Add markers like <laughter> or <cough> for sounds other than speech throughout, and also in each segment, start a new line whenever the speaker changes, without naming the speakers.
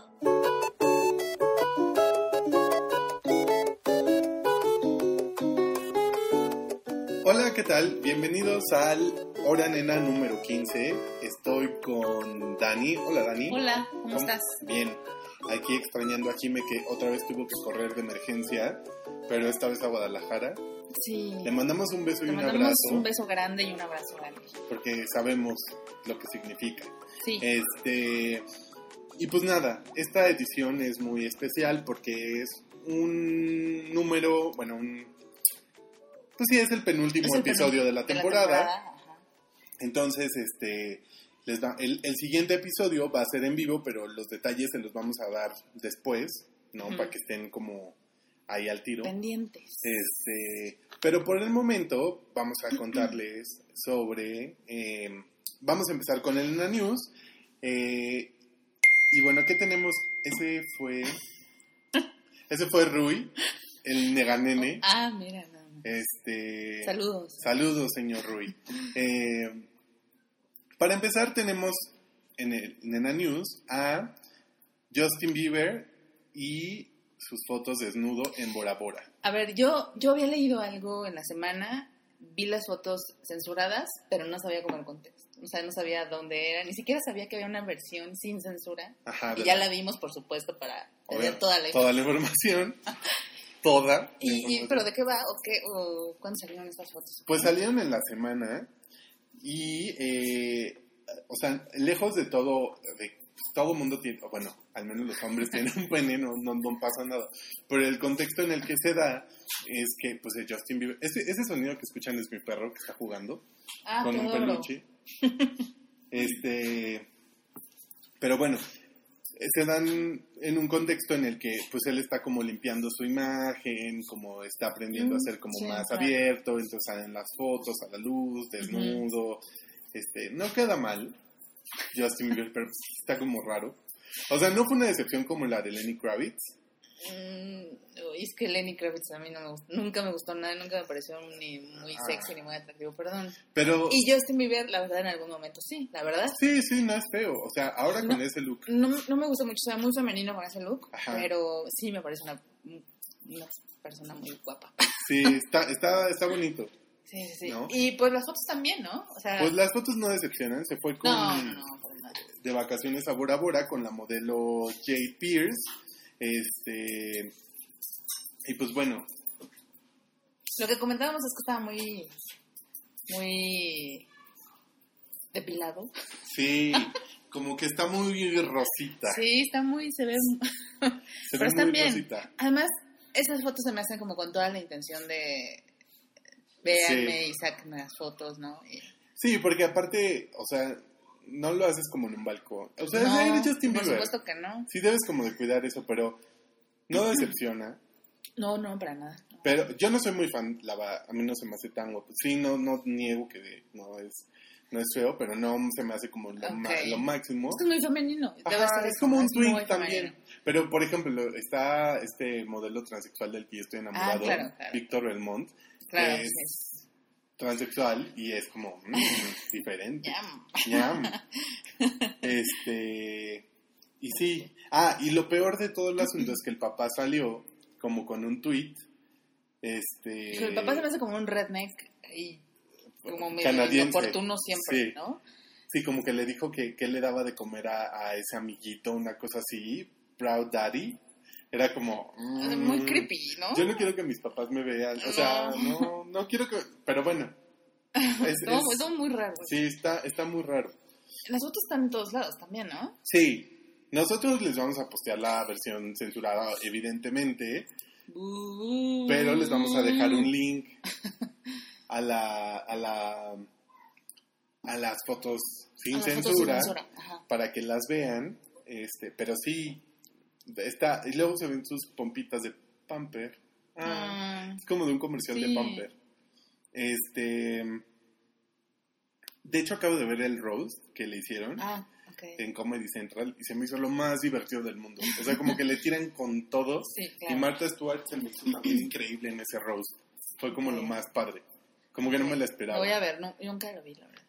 ¡Wow!
Hola, ¿qué tal? Bienvenidos al Hora Nena número 15. Estoy con Dani. Hola, Dani.
Hola, ¿cómo, estás?
Bien. Aquí extrañando a Jime que otra vez tuvo que correr de emergencia, pero esta vez a Guadalajara.
Sí.
Le mandamos un beso
Te
y un
mandamos
abrazo
un beso grande y un abrazo grande.
porque sabemos lo que significa.
Sí,
Este y pues nada, esta edición es muy especial porque es un número, bueno, un pues sí es el penúltimo
Es el
episodio
penúltimo
de la
de la
temporada.
ajá.
Entonces, este les va- el, el siguiente episodio va a ser en vivo, pero los detalles se los vamos a dar después, ¿no?
Ujú.
Para que estén como ahí al tiro.
Pendientes.
Este, pero por el momento vamos a contarles sobre. eh, vamos a empezar con el Nena News. eh, y bueno, ¿qué tenemos? Ese
<laughs>
fue. Ese fue Rui, el neganene.
Ah, mira, nada más.
Este.
Saludos.
Saludos, señor Rui. Eh, para empezar, tenemos en el Nena News a Justin Bieber y sus fotos desnudo en Bora Bora.
A ver, yo, yo había leído algo en la semana, vi las fotos censuradas, pero no sabía cómo el contexto. O sea, no sabía dónde era, ni siquiera sabía que había una versión sin censura.
Ajá,
Y ya la vimos, por supuesto, para
Obvio,
tener toda la
información. toda.
<laughs> Y, y-
información.
¿Pero de qué va? ¿O qué? ¿O cuándo salieron estas fotos?
Pues salieron en la semana y, eh, o sea, lejos de todo, de, pues, todo mundo tiene, o bueno, al menos los hombres <laughs> tienen un pene, no, no, no pasa nada. Pero el contexto en el que se da es que, pues, el Justin Bieber, ese, ese sonido que escuchan es mi perro que está jugando
Ah,
con un
claro.
peluche. <laughs> este, pero bueno, eh, se dan en un contexto en el que pues él está como limpiando su imagen, como está aprendiendo a
Mm,
ser como
sí,
más
claro.
abierto, entonces salen las fotos a la luz, desnudo, este, no queda mal. Justin Bieber, pero sí está como raro. O sea, no fue una decepción como la de Lenny Kravitz.
Mm, uy, es que Lenny Kravitz a mí no me gustó, nunca me gustó nada, nunca me pareció ni muy
Ah.
sexy ni muy atractivo, perdón.
Pero
Y Justin Bieber, la verdad, en algún momento sí, la verdad.
sí, sí, no es feo. O sea, ahora con
No.
ese look.
No, no me gusta mucho, o sea, muy femenino con ese look,
Ajá.
pero sí me parece una, una persona muy guapa.
Sí, está, está, está bonito.
Sí, sí, sí.
¿No?
Y pues las fotos también, ¿no? O sea,
Pues las fotos no decepcionan, se fue con...
no, no, no, pues no.
de vacaciones a Bora Bora con la modelo Jade Pierce. Este. Y pues bueno,
Lo que comentábamos es que estaba muy, muy depilado. <laughs>
sí, como que está muy rosita.
Sí, está muy, se ve
se
pero
ve
están
muy
bien.
rosita.
Además, esas fotos se me hacen como con toda la intención de véanme y saquen las fotos, ¿no? Y-
Sí, porque aparte, o sea, no lo haces como en un balcón. O sea, es
no,
de Justin
por
Bieber.
supuesto que no.
Sí, debes como de cuidar eso, pero no decepciona.
No, no, para nada. no.
Pero yo no soy muy fan, la va- a mí no se me hace tan guapo. Sí, no, no niego que no es, no es feo, pero no se me hace como lo, ma-
Ok.
lo máximo.
Esto es muy femenino. debe
Ajá,
ser
es
eso,
como
¿no?
un
Es muy
twink también.
femenino.
Pero, por ejemplo, está este modelo transexual del que yo estoy enamorado,
Ah, claro, claro.
Víctor Belmont,
Claro,
Es-
sí.
transexual, y es como
<laughs>
mm, diferente.
Yam. <laughs>
Ñam. Este. Y sí. Ah, y lo peor de
<clears throat>
todo el asunto es que el papá salió como con un tweet. Este.
Pero el papá se me hace como un redneck y como medio
Canadiense.
inoportuno siempre,
Sí.
¿no?
Sí, como que le dijo que, que le daba de comer a, a ese amiguito, una cosa así. Proud Daddy. Era como.
Es Ah, Muy
mm,
creepy, ¿no?
Yo no quiero que mis papás me vean. O sea, no, no quiero que. Pero
<laughs>
bueno. Es,
No,
es-
es todo muy raro.
sí, está, está muy raro.
Las fotos están en todos lados también, ¿no?
Sí, nosotros les vamos a postear la versión censurada, evidentemente, pero les vamos a dejar
Mm.
un
<laughs>
link a la. a la. a las fotos sin
A las fotos
censura
sin censura. Ajá.
para que las vean. Este, pero sí. Está, y luego se ven sus pompitas de Pamper. Ah.
Mm.
Es como de un comercial de
Sí.
Pamper. Este. De hecho, acabo de ver el roast que le hicieron
Ah, ok.
en Comedy Central y se me hizo lo más divertido del mundo. O sea, como que le tiran con todo.
Sí,
Y
claro.
Marta Stewart se me hizo también increíble en ese roast. Fue como lo
Ok.
más padre. Como que no me la
Lo
esperaba.
voy a ver, no, yo nunca lo vi, la verdad.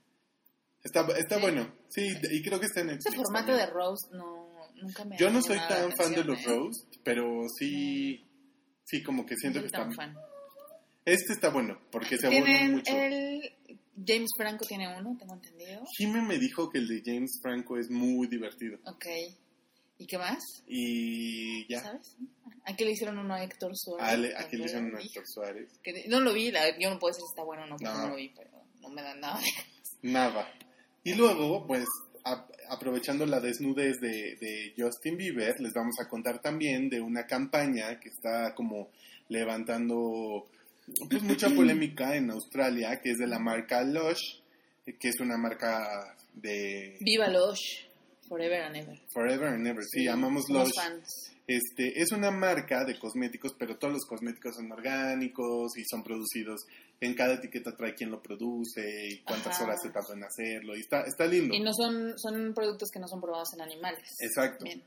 Está, está
Sí.
bueno. Sí, y creo que está en
Ese
Netflix
formato
también.
de roast no, nunca me
Yo
ha
no soy
llamado la
tan fan de
atención,
los
¿eh?
roast, pero sí, sí, como que siento
No
que
soy tan
está...
fan. Este
Este está bueno, porque se aburren
Tienen
mucho.
el... James Franco tiene uno, tengo entendido.
Jimmy me dijo que el de James Franco es muy divertido.
Ok. ¿Y qué más?
Y ya,
¿Sabes? Aquí le hicieron uno a Héctor Suárez.
Ale,
que
aquí le
fue
hicieron a
hijo,
Héctor Suárez.
que de- No lo vi, la- yo no puedo decir si está bueno o no, porque
No.
no. lo vi, pero no me da nada. <laughs>
Nada. Y luego, pues, a- aprovechando la desnudez de, de Justin Bieber, les vamos a contar también de una campaña que está como levantando pues, mucha polémica en Australia, que es de la marca Lush, que es una marca de
Viva Lush, forever and ever.
Forever and Ever. Pues Sí, amamos
Somos
Lush.
fans.
Este, es una marca de cosméticos, pero todos los cosméticos son orgánicos y son producidos. En cada etiqueta trae quién lo produce y cuántas
Ajá.
horas se tardó en hacerlo. Y está, está lindo.
Y no son, son productos que no son probados en animales.
Exacto.
Bien.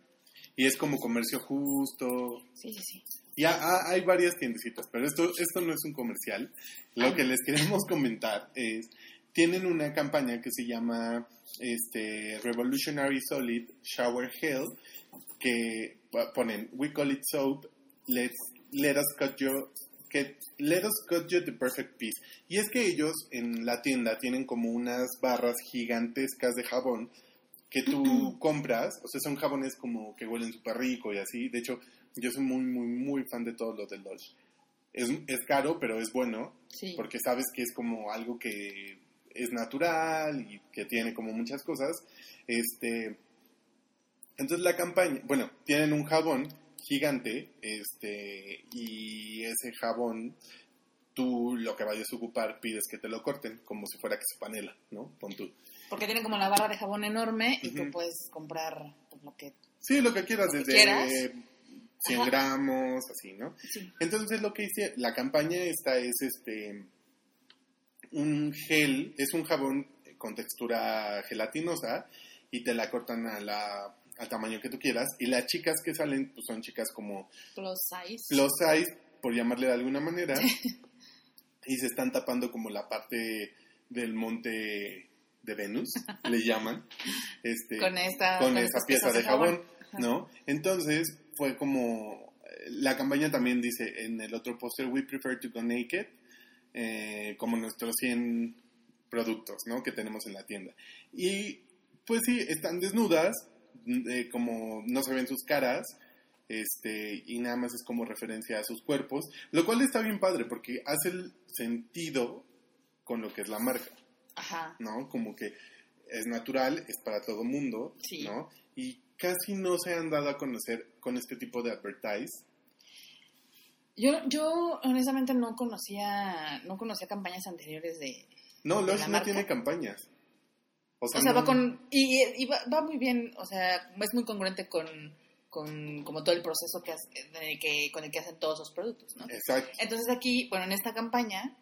Y es como comercio justo.
Sí, sí, sí.
Y ha- ha- hay varias tiendecitas, pero esto, esto no es un comercial. Lo
Ah,
que
no.
les queremos <laughs> comentar es, tienen una campaña que se llama este, Revolutionary Solid Shower Gel, que pa- ponen, we call it soap, let's, let us cut your... Que, let us cut you the perfect piece. Y es que ellos en la tienda tienen como unas barras gigantescas de jabón que tú compras, o sea, son jabones como que huelen súper rico y así. De hecho, yo soy muy, muy, muy fan de todo lo de Lush. Es, es caro, pero es bueno,
Sí.
porque sabes que es como algo que es natural y que tiene como muchas cosas. Este, entonces la campaña, bueno, tienen un jabón gigante, este, y ese jabón, tú lo que vayas a ocupar pides que te lo corten, como si fuera que se panela, ¿no? Pon tú.
Porque tienen como la barra de jabón enorme y
Ujú.
tú puedes comprar pues, lo que...
Sí, lo que quieras,
Lo que
desde
quieras.
100
Ajá.
gramos, así, ¿no?
Sí.
Entonces lo que hice, la campaña esta es este un gel, es un jabón con textura gelatinosa y te la cortan a la- al tamaño que tú quieras y las chicas que salen pues son chicas como
Plus size.
plus size por llamarle de alguna manera y se están tapando como la parte del monte de Venus le llaman este
con esta...
con esa
estas
pieza
piezas
de jabón,
Ajá.
¿no? Entonces fue como eh, la campaña también dice en el otro póster we prefer to go naked eh, como nuestros 100 productos, ¿no? Que tenemos en la tienda y pues sí están desnudas mm, eh, como no se ven sus caras este y nada más es como referencia a sus cuerpos lo cual está bien padre porque hace el sentido con lo que es la marca
Ajá.
¿no? Como que es natural, es para todo mundo,
Sí.
¿no? Y casi no se han dado a conocer con este tipo de advertise.
Yo, yo honestamente no conocía, no conocía campañas anteriores de...
No,
¿De la
Lush no
marca?
tiene campañas.
O sea,
no-
va con... Y, y va, va muy bien, o sea, es muy congruente con, con como todo el proceso que, hace- de que- con el que hacen todos sus productos, ¿no?
Exacto.
Entonces aquí, bueno, en esta campaña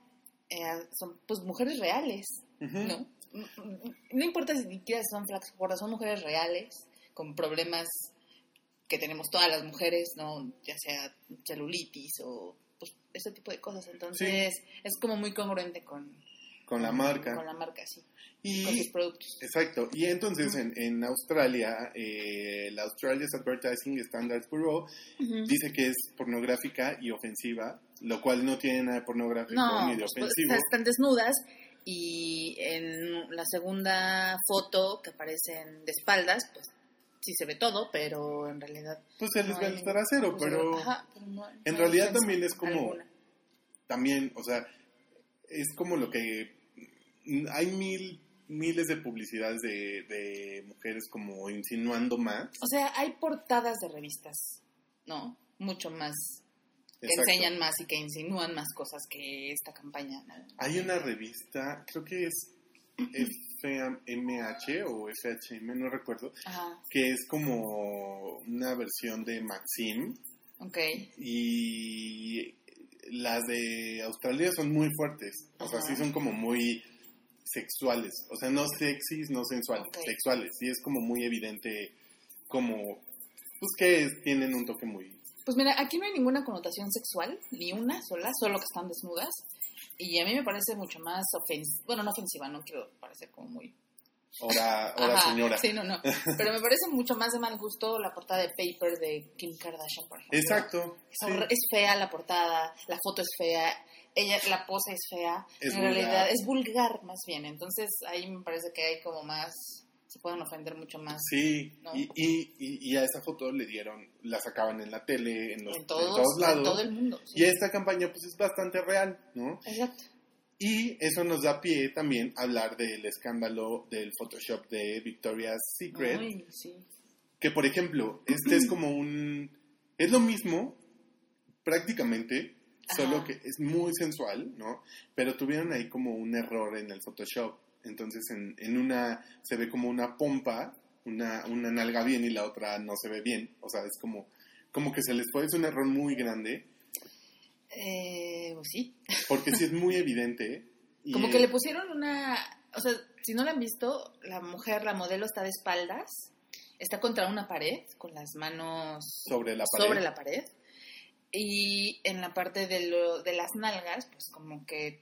eh, son pues mujeres reales,
Ujú.
¿no? M- m- No importa si ni siquiera son flacas o gordas, son mujeres reales, con problemas que tenemos todas las mujeres, ¿no? Ya sea celulitis o pues, ese tipo de cosas. Entonces, es como muy congruente con,
Con la marca.
Con la marca, Pues sí. Con sus
Y,
productos.
exacto. Y entonces en, en Australia, eh, la Australia's Advertising Standards Bureau dice que es pornográfica y ofensiva, lo cual no tiene nada de pornográfico
No,
ni de
pues, pues,
ofensivo.
están desnudas y en la segunda foto que aparecen de espaldas, pues sí se ve todo, pero en realidad...
Pues se les
no
ve
hay-
el trasero,
pues,
pero...
ajá, pero no- no
en
hay
realidad
ofensa
también es como-
alguna.
también, o sea, es como lo que hay mil miles de publicidades de, de mujeres como insinuando más
O sea, hay portadas de revistas, ¿no? Mucho más, que
Exacto.
enseñan más y que insinúan más cosas que esta campaña, ¿no?
hay una revista creo que es FMH o FHM no recuerdo
Ajá,
que es como una versión de Maxim
ok.
y las de Australia son muy fuertes o sea
Ajá.
sí son como muy sexuales, o sea, no sexys, no sensuales,
Ok.
sexuales, y es como muy evidente como, pues que es- tienen un toque muy...
Pues mira, aquí no hay ninguna connotación sexual, ni una sola, solo que están desnudas. Y a mí me parece mucho más ofensiva, bueno, no ofensiva, no quiero parecer como muy
hora, hora
Ajá,
señora. <laughs>
Sí, no, no. Pero me parece mucho más de mal gusto la portada de Paper de Kim Kardashian, por ejemplo.
Exacto.
Es,
sí.
horror- es fea la portada, la foto es fea, ella la pose es fea.
Es
en
vulgar.
realidad es vulgar más bien. Entonces ahí me parece que hay como más, se pueden ofender mucho más.
Sí,
No.
y, y, y, y a esa foto le dieron, la sacaban en la tele, en, los,
en, todos,
en todos lados.
en todo el mundo. sí.
Y esta campaña pues es bastante real, ¿no?
Exacto.
Y eso nos da pie también a hablar del escándalo del Photoshop de Victoria's Secret,
Ay, sí.
que por ejemplo, este es como un... Es lo mismo, prácticamente, solo
Ajá.
que es muy sensual, ¿no? Pero tuvieron ahí como un error en el Photoshop. Entonces en, en una se ve como una pompa, una, una nalga bien y la otra no se ve bien. O sea, es como, como que se les puede, es un error muy grande,
Eh, pues sí.
porque sí es muy evidente. y,
<laughs> Como
eh,
que le pusieron una. O sea, si no la han visto, la mujer, la modelo está de espaldas, está contra una pared, con las manos
sobre la pared.
sobre la pared. Y en la parte de, lo- de las nalgas, pues como que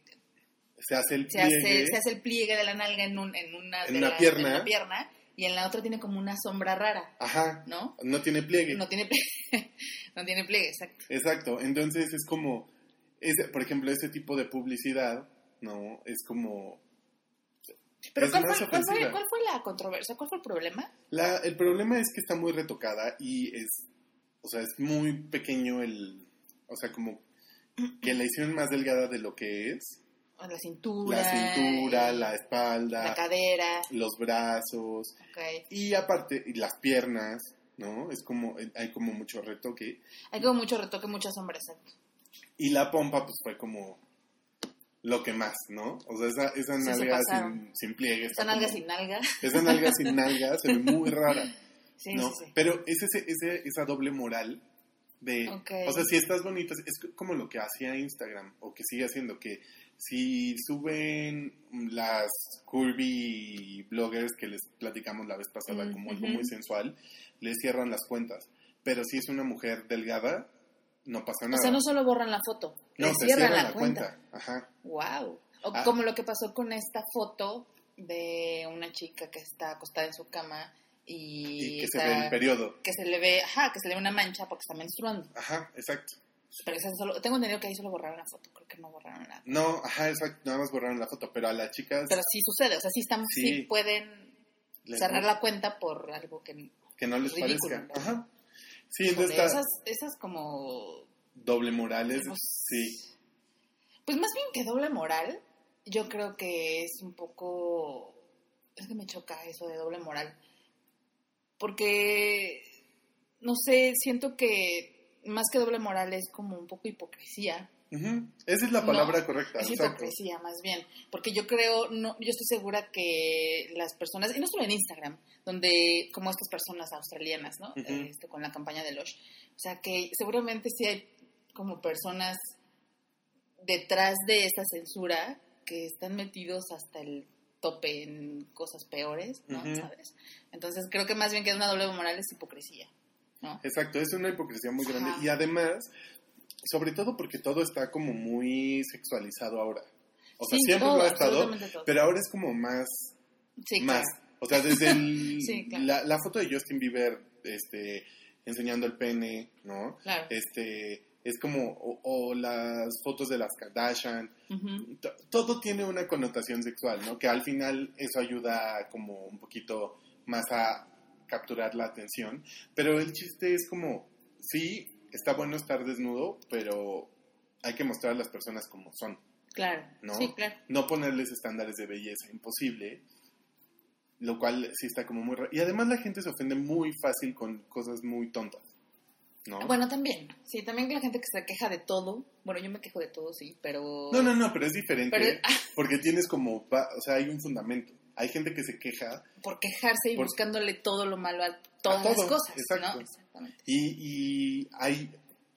se hace el
se
pliegue.
hace, se hace el pliegue de la nalga en, un- en una,
En
de
una
las-
pierna.
en una pierna, y en la otra tiene como una sombra rara,
Ajá,
¿no?
no tiene pliegue.
No tiene pliegue, <laughs> no tiene pliegue, exacto.
Exacto, entonces es como, es- por ejemplo, este tipo de publicidad, ¿no? Es como...
Pero
es
¿cuál
más
fue, cuál fue-
ofensiva.
cuál fue la controversia? ¿Cuál fue el problema?
La- el problema es que está muy retocada y es, o sea, es muy pequeño el, o sea, como que la hicieron más delgada de lo que es.
La cintura.
La cintura,
y
la espalda,
la cadera.
los brazos
ok.
y aparte y las piernas, ¿no? Es como, hay como mucho retoque.
Hay como mucho retoque, muchas sombras. exacto.
Y la pompa, pues fue como lo que más, ¿no? O sea, esa, esa
Sí, se
nalga
pasaron.
sin, sin pliegue. está
Esta nalga
como-
sin nalga.
Esa nalga
<laughs>
sin nalga se ve muy rara,
Sí,
¿no?
sí, sí.
Pero es ese, ese- esa doble moral de...
Ok.
O sea, si estás bonita, es como lo que hacía Instagram, o que sigue haciendo, que si suben las curvy bloggers que les platicamos la vez pasada
Mm,
como algo
ujú.
muy sensual, les cierran las cuentas. Pero si es una mujer delgada, no pasa
O
nada.
sea, no solo borran la foto,
No,
le
se
cierran
cierra
la,
la,
cuenta.
cuenta. Ajá.
Wow. O
Ah.
como lo que pasó con esta foto de una chica que está acostada en su cama y,
y que se
está-
ve el periodo.
que se le ve, ajá, que se le ve una mancha porque está menstruando.
Ajá, exacto.
Pero esa solo, tengo entendido que ahí solo borraron la foto, creo que no borraron nada.
No, ajá, exacto. Nada más borraron la foto, pero a las chicas
Pero sí sucede, o sea, sí, están,
Sí.
sí. pueden
les-
cerrar la cuenta por algo que...
que no les
ridículo,
parezca.
¿no?
Ajá. Sí, entonces
Híjole,
está
Esas, esas como
doble morales.
Pues-
sí,
Pues más bien que doble moral, yo creo que es un poco... Es que me choca eso de doble moral. Porque, no sé, siento que más que doble moral es como un poco hipocresía.
Ujú. Esa es la
No,
palabra correcta.
Es
exacto.
hipocresía más bien. Porque yo creo, no, yo estoy segura que las personas, y no solo en Instagram, donde como estas personas australianas, ¿no?
Ujú.
Este, con la campaña de Lush. O sea que seguramente sí hay como personas detrás de esta censura que están metidos hasta el tope en cosas peores, ¿no?
Ujú.
¿Sabes? Entonces creo que más bien que una doble moral es hipocresía, ¿no?
Exacto, es una hipocresía muy grande.
Ajá.
Y además, sobre todo porque todo está como muy sexualizado ahora. O sea,
Sí,
siempre
todo,
lo ha estado,
absolutamente todo.
pero ahora es como más
Sí,
más.
claro.
O sea, desde el-
<laughs> Sí, claro.
la, la foto de Justin Bieber este, enseñando el pene, ¿no?
claro.
Este, es como, o, o las fotos de las Kardashian,
Ujú.
to- todo tiene una connotación sexual, ¿no? Que al final eso ayuda como un poquito más a capturar la atención, pero el chiste es como, sí, está bueno estar desnudo, pero hay que mostrar a las personas como son,
Claro,
¿no?
sí, claro.
no ponerles estándares de belleza imposible, lo cual sí está como muy... ra- Y además la gente se ofende muy fácil con cosas muy tontas, ¿no?
Bueno, también, sí, también la gente que se queja de todo, bueno, yo me quejo de todo, sí, pero...
no, no, no, pero es diferente
<laughs> Pero
porque tienes como... va- O sea, hay un fundamento. Hay gente que se queja
por quejarse y
Por-
buscándole todo lo malo a todas
A todo,
las cosas,
exacto.
¿no? Exactamente.
y, y hay...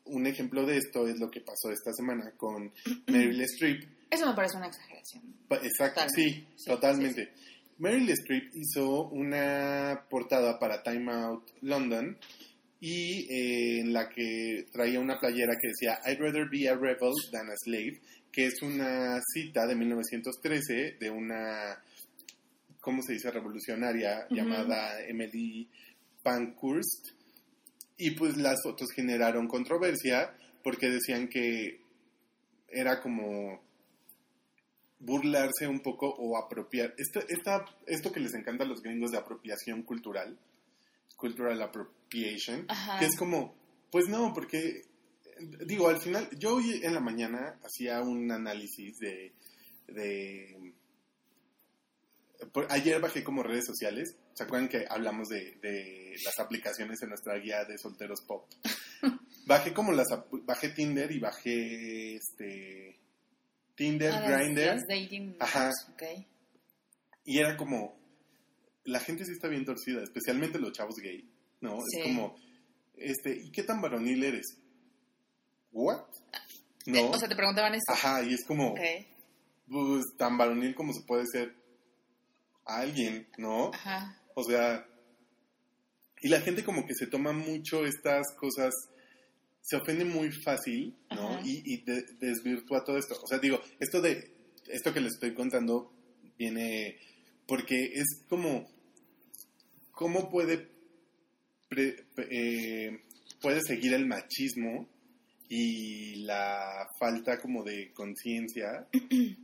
Un ejemplo de esto es lo que pasó esta semana
<clears throat>
con Meryl Streep.
Eso me parece una exageración.
Pa- Exacto, sí,
Totalmente, sí,
totalmente. Meryl Streep hizo una portada para Time Out London y eh, en la que traía una playera que decía I'd rather be a rebel than a slave, que es una cita de 1913 de una ¿cómo se dice?, revolucionaria
Ujú.
llamada Emily Pankhurst. Y pues las fotos generaron controversia porque decían que era como burlarse un poco o apropiar. Esto, esta- esto que les encanta a los gringos de apropiación cultural, cultural appropriation,
Ajá.
que es como, pues no, porque, eh, digo, al final, yo hoy en la mañana hacía un análisis de... de por- ayer bajé como redes sociales, ¿se acuerdan que hablamos de, de las aplicaciones en nuestra guía de solteros
<laughs>
pop? bajé como las, ap- bajé Tinder y bajé, este, Tinder,
Ah, las-
Grindr.
las dating
Ajá.
apps, ok.
Y era como, la gente sí está bien torcida, especialmente los chavos gay, ¿no?
Sí.
Es como, este, ¿y qué tan varonil eres? ¿What? ¿No?
Eh, o sea, te preguntaban eso.
Ajá, y es como,
Ok.
pues, tan varonil como se puede ser alguien, ¿no?
Ajá.
O sea, y la gente como que se toma mucho estas cosas, se ofende muy fácil, ¿no?
Ajá.
Y, y de- desvirtúa todo esto. O sea, digo, esto de, esto que les estoy contando viene porque es como, ¿cómo puede, pre- pre- eh, puede seguir el machismo y la falta como de conciencia?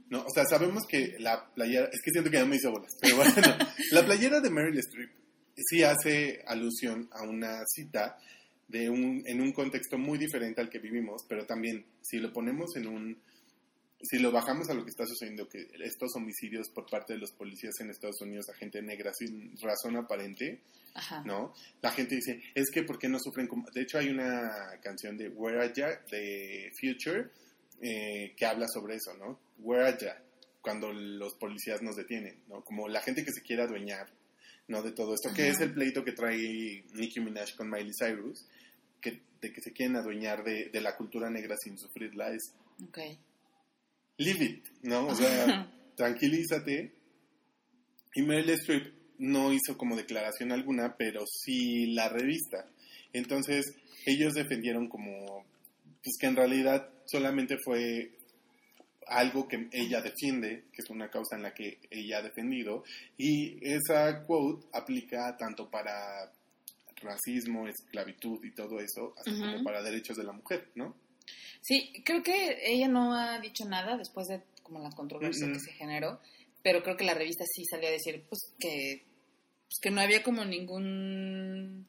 No, o sea, sabemos que la playera, es que siento que ya me hice bolas, pero bueno, la playera de Meryl Streep sí hace alusión a una cita de un, en un contexto muy diferente al que vivimos, pero también si lo ponemos en un, si lo bajamos a lo que está sucediendo, que estos homicidios por parte de los policías en Estados Unidos a gente negra sin razón aparente,
Ajá.
¿no? La gente dice, es que ¿por qué no sufren? como-?" De hecho, hay una canción de Where Are Ya? de Future eh, que habla sobre eso, ¿no? Where Are Ya? Cuando los policías nos detienen, ¿no? Como la gente que se quiere adueñar, ¿no? De todo esto, que
Ajá.
es el pleito que trae Nicki Minaj con Miley Cyrus, que, de que se quieren adueñar de, de la cultura negra sin sufrirla, es
Ok.
leave it, ¿no? O
<laughs>
sea, tranquilízate. Y Meryl Streep no hizo como declaración alguna, pero sí la revista. Entonces, ellos defendieron como, pues que en realidad solamente fue algo que ella defiende, que es una causa en la que ella ha defendido, y esa quote aplica tanto para racismo, esclavitud y todo eso, hasta como
Ujú.
para derechos de la mujer, ¿no?
Sí, creo que ella no ha dicho nada después de como la controversia
Mm-mm.
que se generó, pero creo que la revista sí salió a decir pues que pues, que no había como ningún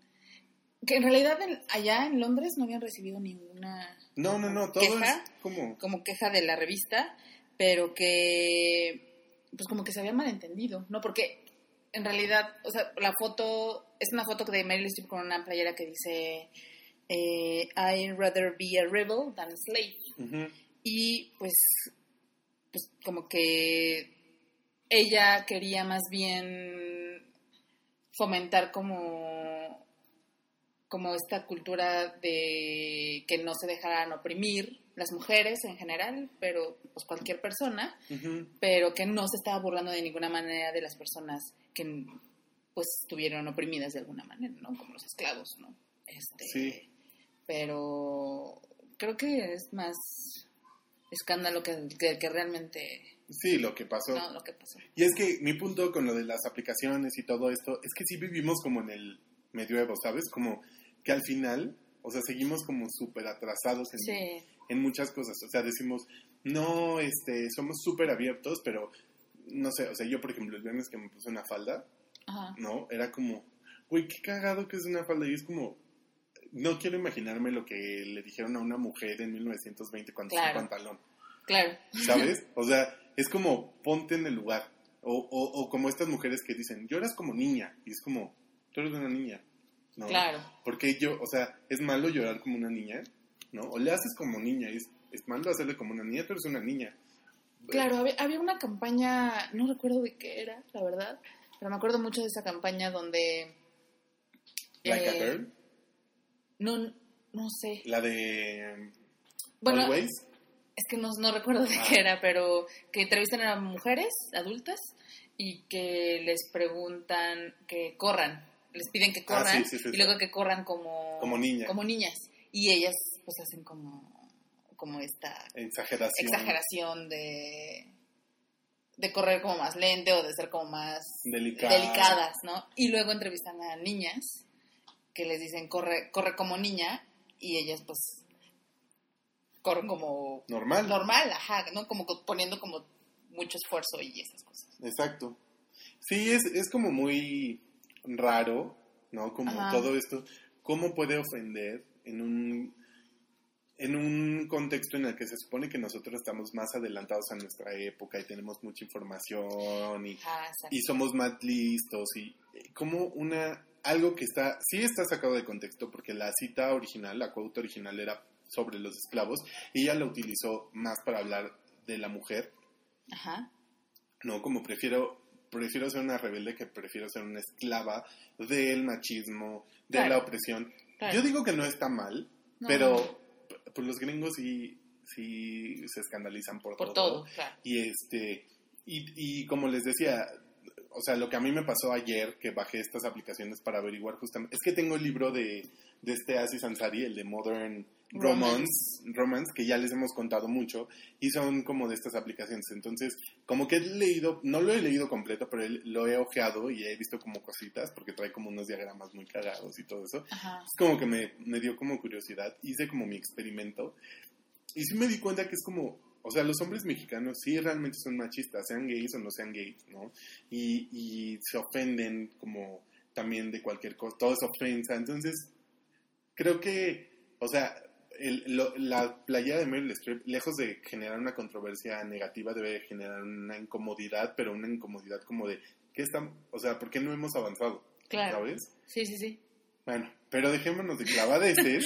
que en realidad en- allá en Londres no habían recibido ninguna
No, no, no, todo
¿Queja?
es como...
como queja de la revista, pero que pues como que se había malentendido, ¿no? Porque en realidad, o sea, la foto es una foto de Meryl Streep con una playera que dice eh, I'd rather be a rebel than a slave
ujú.
y pues, pues como que ella quería más bien fomentar como como esta cultura de que no se dejaran oprimir las mujeres en general, pero pues cualquier persona,
Ujú.
pero que no se estaba burlando de ninguna manera de las personas que pues estuvieron oprimidas de alguna manera, ¿no? Como los esclavos, ¿no? Este,
Sí.
Pero creo que es más escándalo que, que, que realmente
Sí, lo que pasó.
no, lo que pasó.
Y es que mi punto con lo de las aplicaciones y todo esto es que sí vivimos como en el medioevo, ¿sabes? Como que al final, o sea, seguimos como súper atrasados en,
Sí,
en muchas cosas. O sea, decimos, no, este, somos súper abiertos, pero no sé, o sea, yo por ejemplo el viernes que me puse una falda,
ajá.
¿no? Era como, güey, qué cagado que es una falda. Y es como, no quiero imaginarme lo que le dijeron a una mujer en 1920 cuando usó
Claro.
pantalón.
Claro,
¿Sabes? O sea, es como ponte en el lugar. O, o- o como estas mujeres que dicen, lloras como niña. Y es como, tú eres una niña. ¿No?
claro.
Porque yo, o sea, es malo llorar como una niña, ¿no? O le haces como niña. y Es, es malo hacerle como una niña, pero es una niña.
Claro, había, había una campaña, no recuerdo de qué era, la verdad, pero me acuerdo mucho de esa campaña donde...
Like a
eh,
girl.
No, no sé.
La de em,
Bueno,
Always.
es que no, no recuerdo de
Ah.
qué era, pero que entrevistan a mujeres adultas y que les preguntan que corran, les piden que
Ah,
corran
sí, sí, sí,
y
sí.
luego que corran como,
Como niñas.
como niñas. Y ellas pues hacen como, como esta
Exageración.
exageración de, de correr como más lente o de ser como más
Delicada.
delicadas, ¿no? Y luego entrevistan a niñas que les dicen corre, corre como niña y ellas pues corren como
Normal.
normal, ajá, ¿no? Como co- poniendo como mucho esfuerzo y esas cosas.
Exacto. Sí, es, es como muy raro, ¿no? Como
Ajá.
todo esto. ¿Cómo puede ofender en un, en un contexto en el que se supone que nosotros estamos más adelantados a nuestra época y tenemos mucha información y,
Ajá, Ah, exacto.
y somos más listos? Y eh, como una, algo que está, sí está sacado de contexto porque la cita original, la cuota original era sobre los esclavos y ella la utilizó más para hablar de la mujer
Ajá.
no, como prefiero prefiero ser una rebelde que prefiero ser una esclava del machismo, de
Claro.
la opresión.
claro.
Yo digo que no está mal,
No,
pero
no,
p- pues los gringos sí, sí se escandalizan por,
por todo, claro.
Y este y, y como les decía, o sea, lo que a mí me pasó ayer que bajé estas aplicaciones para averiguar justamente es que tengo el libro de de este Aziz Ansari, el de Modern Romance,
Romance.
Romance, que ya les hemos contado mucho, y son como de estas aplicaciones. Entonces, como que he leído, no lo he leído completo, pero he- lo he ojeado y he visto como cositas, porque trae como unos diagramas muy cagados y todo eso.
Ajá.
Es como que me, me dio como curiosidad, hice como mi experimento, y sí me di cuenta que es como, o sea, los hombres mexicanos sí realmente son machistas, sean gays o no sean gays, ¿no? Y, y se ofenden como también de cualquier cosa, todo es ofensa, entonces creo que, o sea, el- lo- la playera de Meryl Streep, lejos de generar una controversia negativa, debe generar una incomodidad, pero una incomodidad como de, ¿qué estamos, o sea, por qué no hemos avanzado?
Claro.
¿Sabes?
Sí, sí, sí.
Bueno, pero dejémonos de
<laughs>
clavadeces.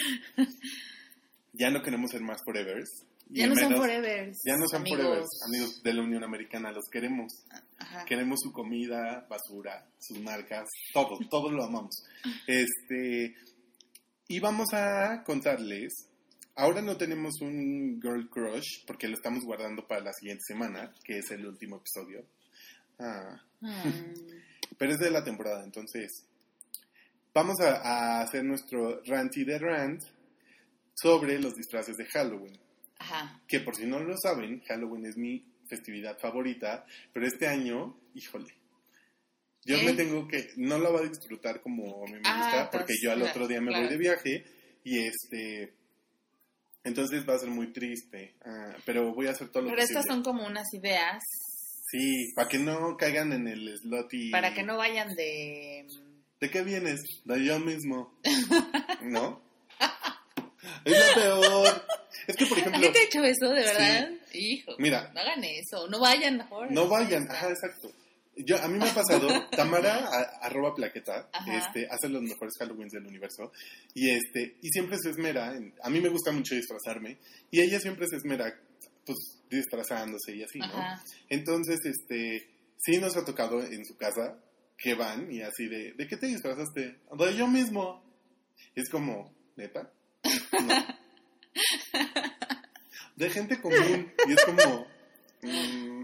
ya no queremos ser más forevers. Y
Ya no son
menos-
forevers.
Ya no son
amigos.
forevers, amigos de la Unión Americana, los queremos.
Ajá.
Queremos su comida, basura, sus marcas, todo, todo lo amamos. Este, y vamos a contarles, ahora no tenemos un girl crush, porque lo estamos guardando para la siguiente semana, que es el último episodio. Ah,
Mm.
pero es de la temporada, entonces. Vamos a, a hacer nuestro ranty de rant sobre los disfraces de Halloween.
Ajá.
Que por si no lo saben, Halloween es mi festividad favorita, pero este año, híjole. Yo
¿Eh?
me tengo que, no la voy a disfrutar como a mí me
Ah,
gusta,
entonces,
porque yo al
claro,
otro día me voy
claro.
de viaje y este, entonces va a ser muy triste, ah, pero voy a hacer todo lo
Pero
posible.
estas son como unas ideas
Sí, para que no caigan en el slot y...
para que no vayan de...
¿De qué vienes? De yo mismo.
<laughs>
¿No? Es lo peor. Es que, por
¿A
ejemplo,
ti te ha hecho eso, de verdad? Hijo,
mira,
no hagan eso, no vayan mejor.
no vayan. Ajá, exacto. Yo, a mí me ha pasado, Tamara, a- arroba plaqueta,
Ajá.
este, hace los mejores Halloweens del universo, y este, y siempre se esmera, en- a mí me gusta mucho disfrazarme, y ella siempre se esmera, pues, disfrazándose y así, ¿no?
Ajá.
Entonces, este, sí nos ha tocado en su casa que van y así de, ¿de qué te disfrazaste? De yo mismo. Es como, ¿neta? No. De gente común. Y es como, mm.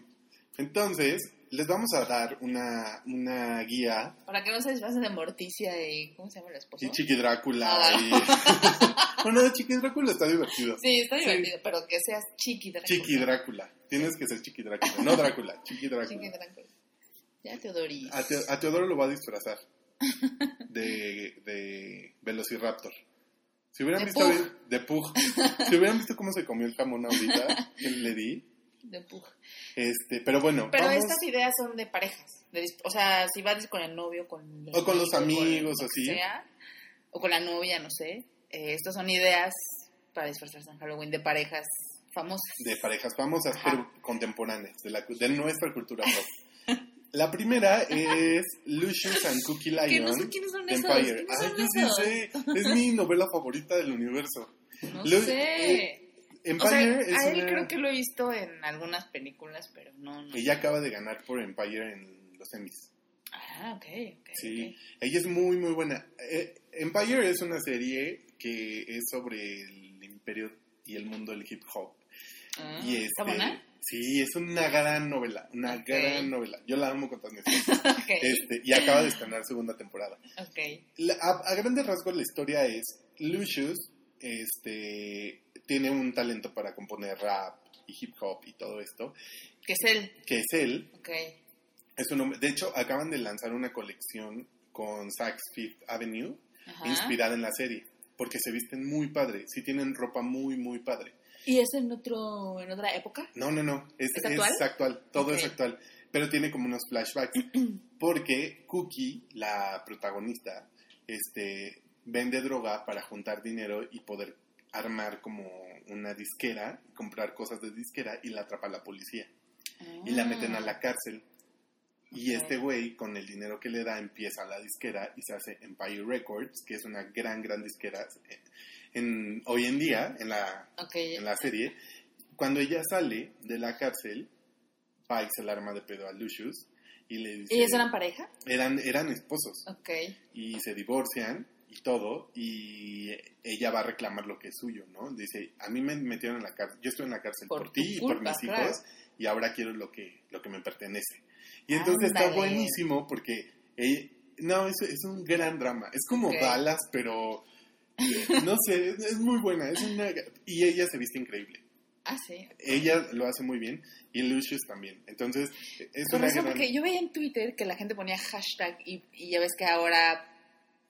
entonces, les vamos a dar una, una guía
Para que no se desfacen de Morticia y... ¿Cómo se llama el esposo?
y Chiqui Drácula.
Ah.
y- <laughs> bueno, de Chiqui Drácula está divertido.
Sí, está
Sí.
divertido, pero que seas chiqui Drácula.
Chiqui Drácula. Tienes que ser Chiqui Drácula. No Drácula, Chiqui Drácula.
Chiqui Drácula. Ya, Teodoris.
A, Teo- a Teodoro lo va a disfrazar de, de Velociraptor. Si hubieran
De
visto
Pug.
bien- de Pug. Si hubieran visto cómo se comió el jamón ahorita que le di.
De puja.
Este, pero bueno,
Pero
vamos
estas ideas son de parejas. de dis- o sea, si vas con el novio, con
O con los
amigo,
amigos,
con lo que
así.
sea, o con la novia, no sé. Eh, estas son ideas para disfrazarse en Halloween de parejas famosas.
de parejas famosas,
Ajá.
pero contemporáneas, de, la, cu- de nuestra cultura pop. La primera es Lucius and Cookie Lion.
que no sé quiénes son
de
esos.
Empire.
¿Quiénes
Ay,
son
yo sí
esos?
sé. Es mi novela favorita del universo.
No
Lu-
sé.
eh, Empire
o sea,
es
a él
una-
creo que lo he visto en algunas películas, pero no, no.
Ella acaba de ganar por Empire en los Emmys.
Ah, ok, ok.
Sí,
ok.
ella es muy, muy buena. Eh, Empire es una serie que es sobre el imperio y el mundo del hip hop.
Ah,
y este,
¿Está buena?
Sí, es una gran novela, una
Ok.
gran novela. Yo la amo con todas mis fuerzas.
<laughs> Ok,
este, Y acaba de estrenar segunda temporada.
ok.
La- a, a grandes rasgos la historia es Lucius este, tiene un talento para componer rap y hip hop y todo esto,
Que es él.
que es él,
Ok.
es un hombre, de hecho acaban de lanzar una colección con Saks Fifth Avenue,
Ajá.
inspirada en la serie, porque se visten muy padre, sí tienen ropa muy, muy padre.
¿Y es en, otro, en otra época?
No, no, no, es,
¿Es
es
actual?
actual? todo es
Ok.
actual, pero tiene como unos
<clears throat>
flashbacks, porque Cookie, la protagonista, este, vende droga para juntar dinero y poder armar como una disquera, comprar cosas de disquera y la atrapa la policía y la meten a la cárcel. Y
Ah. Ok.
este güey, con el dinero que le da, empieza la disquera y se hace Empire Records, que es una gran, gran disquera eh, en, hoy en día en la,
Ah. Ok.
en la serie. Cuando ella sale de la cárcel, Pikes el arma de pedo a Lucius y le dice...
¿Ellos eran pareja?
eran, eran esposos
Ok.
y se divorcian y todo, y ella va a reclamar lo que es suyo, ¿no? Dice, a mí me metieron en la cárcel, yo estoy en la cárcel por,
Por tu
ti y por
culpa,
mis hijos,
claro.
y ahora quiero lo que, lo que me pertenece. Y entonces está
Ándale.
buenísimo porque, ella- no, es, es un gran drama, es como
Ok.
Dallas, pero, eh, no sé, es, es muy buena, es una, y ella se viste increíble.
Ah, sí.
Ella lo hace muy bien y Lucius también. Entonces, es
Por
una
eso,
gran-
porque yo veía en Twitter que la gente ponía hashtag y, y ya ves que ahora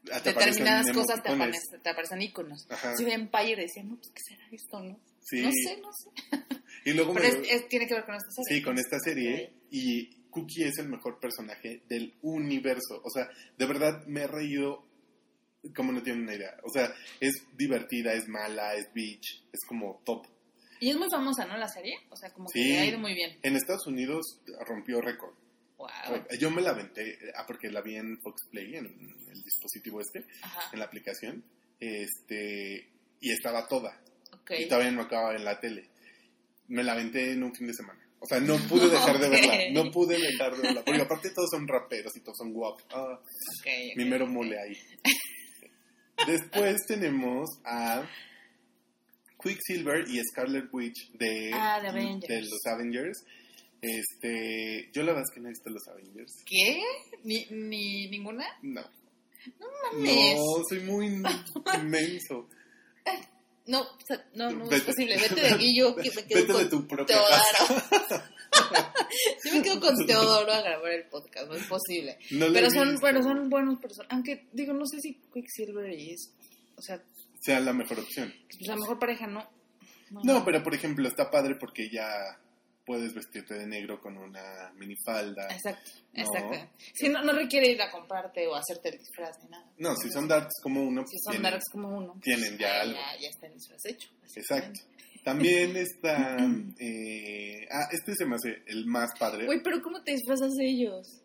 te aparecen
determinadas cosas te,
emoticones.
aparecen- te aparecen iconos.
Ajá,
Yo veía Empire y decía, no, pues, ¿qué será esto, no?
sí.
No sé, no sé.
Y luego
Pero
me-
es- es- tiene que ver con esta serie.
Sí, con esta serie.
Pues Ok.
Y Cookie es el mejor personaje del universo. O sea, de verdad me he reído como no tienen una idea. O sea, es divertida, es mala, es bitch, es como top.
Y es muy famosa, ¿no? La serie. O sea, como que
Sí.
le ha ido muy bien.
En Estados Unidos rompió récord.
Wow.
Yo me la aventé, ah, porque la vi en Fox Play, en el dispositivo este,
Ajá.
en la aplicación. Este, y estaba toda.
Ok.
Y todavía no acababa en la tele. Me la aventé en un fin de semana. O sea, no pude dejar de verla.
Ok.
No pude dejar de verla. Porque aparte todos son raperos y todos son guapos. Ah,
ok, ok.
mi mero mole ahí. Después tenemos a Quicksilver y Scarlet Witch de,
Ah, de Avengers.
de los Avengers. Este, yo la verdad es que no he visto los Avengers.
¿Qué? ¿Ni, ni ninguna?
No. No
mames.
No, soy
<laughs>
muy inmenso.
No, o sea, no, no es
Vete.
posible. Vete de aquí, yo que me quedo
Vete
con
de tu propia casa.
Teodoro. <laughs> yo me
<laughs>
quedo con Teodoro a grabar el podcast, no es posible.
No la
Pero
he
son,
visto.
bueno, son buenos personas. Aunque, digo, no sé si Quicksilver y es, o sea,
sea la mejor opción.
pues a lo mejor pareja no.
No, pero por ejemplo, está padre porque ya puedes vestirte de negro con una minifalda.
Exacto,
No.
exacto. Sí, no, no requiere ir a comprarte o hacerte el disfraz ni nada.
No, si son darks como uno,
Si son
tienen-
darks como uno. pues,
tienen ya
ah,
algo.
Ya, ya está el disfraz hecho.
Exacto.
<laughs>
También está. eh, ah, este se me hace el más padre.
Güey, pero ¿cómo te disfrazas
<laughs>
de ellos?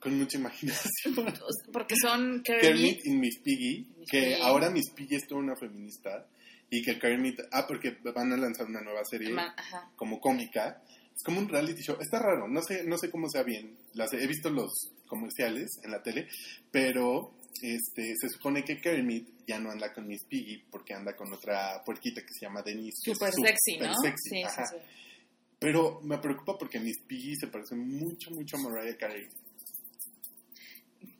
Con mucha
<laughs>
imaginación. <laughs>
O sea, Porque son Kermit.
Kermit y Miss Piggy.
Miss
que
Piggy.
ahora Miss Piggy es toda una feminista. Y que Kermit. Ah, porque van a lanzar una nueva serie
ma- Ajá.
como cómica. Es como un reality show. Está raro. No sé, no sé cómo sea bien. Las, he visto los comerciales en la tele. Pero. Este, se supone que Kermit ya no anda con Miss Piggy porque anda con otra puerquita que se llama Denise. que es
Súper sexy, ¿no?
sexy,
Sí,
ajá.
sí, sí.
Pero me preocupa porque Miss Piggy se parece mucho, mucho a Mariah Carey.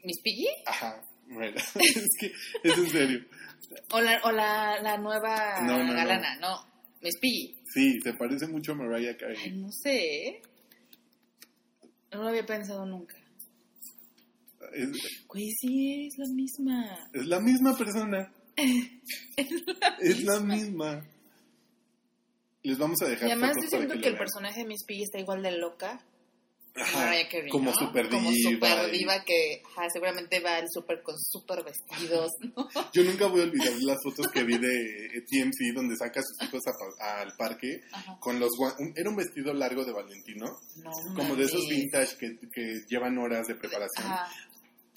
¿Miss Piggy?
Ajá, bueno, <laughs> es que es en serio.
O la, o la, la nueva
No, no, no.
galana, no. Miss Piggy.
Sí, se parece mucho a Mariah
Ay,
Carey.
no sé. ¿eh? No lo había pensado nunca.
Es,
Güey, sí, es la misma.
es la misma
<laughs>
persona. Es la misma. Les vamos a
Y
dejar
además
fotos
yo
para
siento que,
lo
el
vean.
personaje de Miss Piggy está igual de loca que
Ajá,
Mariah Carey,
Como
¿no?
super diva.
Como super
y-
diva que ajá, seguramente va al súper con super vestidos. ¿no?
<laughs> Yo nunca voy a olvidar las fotos que vi de TMC donde saca a sus hijos a- al parque
Ajá.
con los guan- un- Era un vestido largo de Valentino,
No
como de esos
mames.
vintage que, que llevan horas de preparación.
Ajá.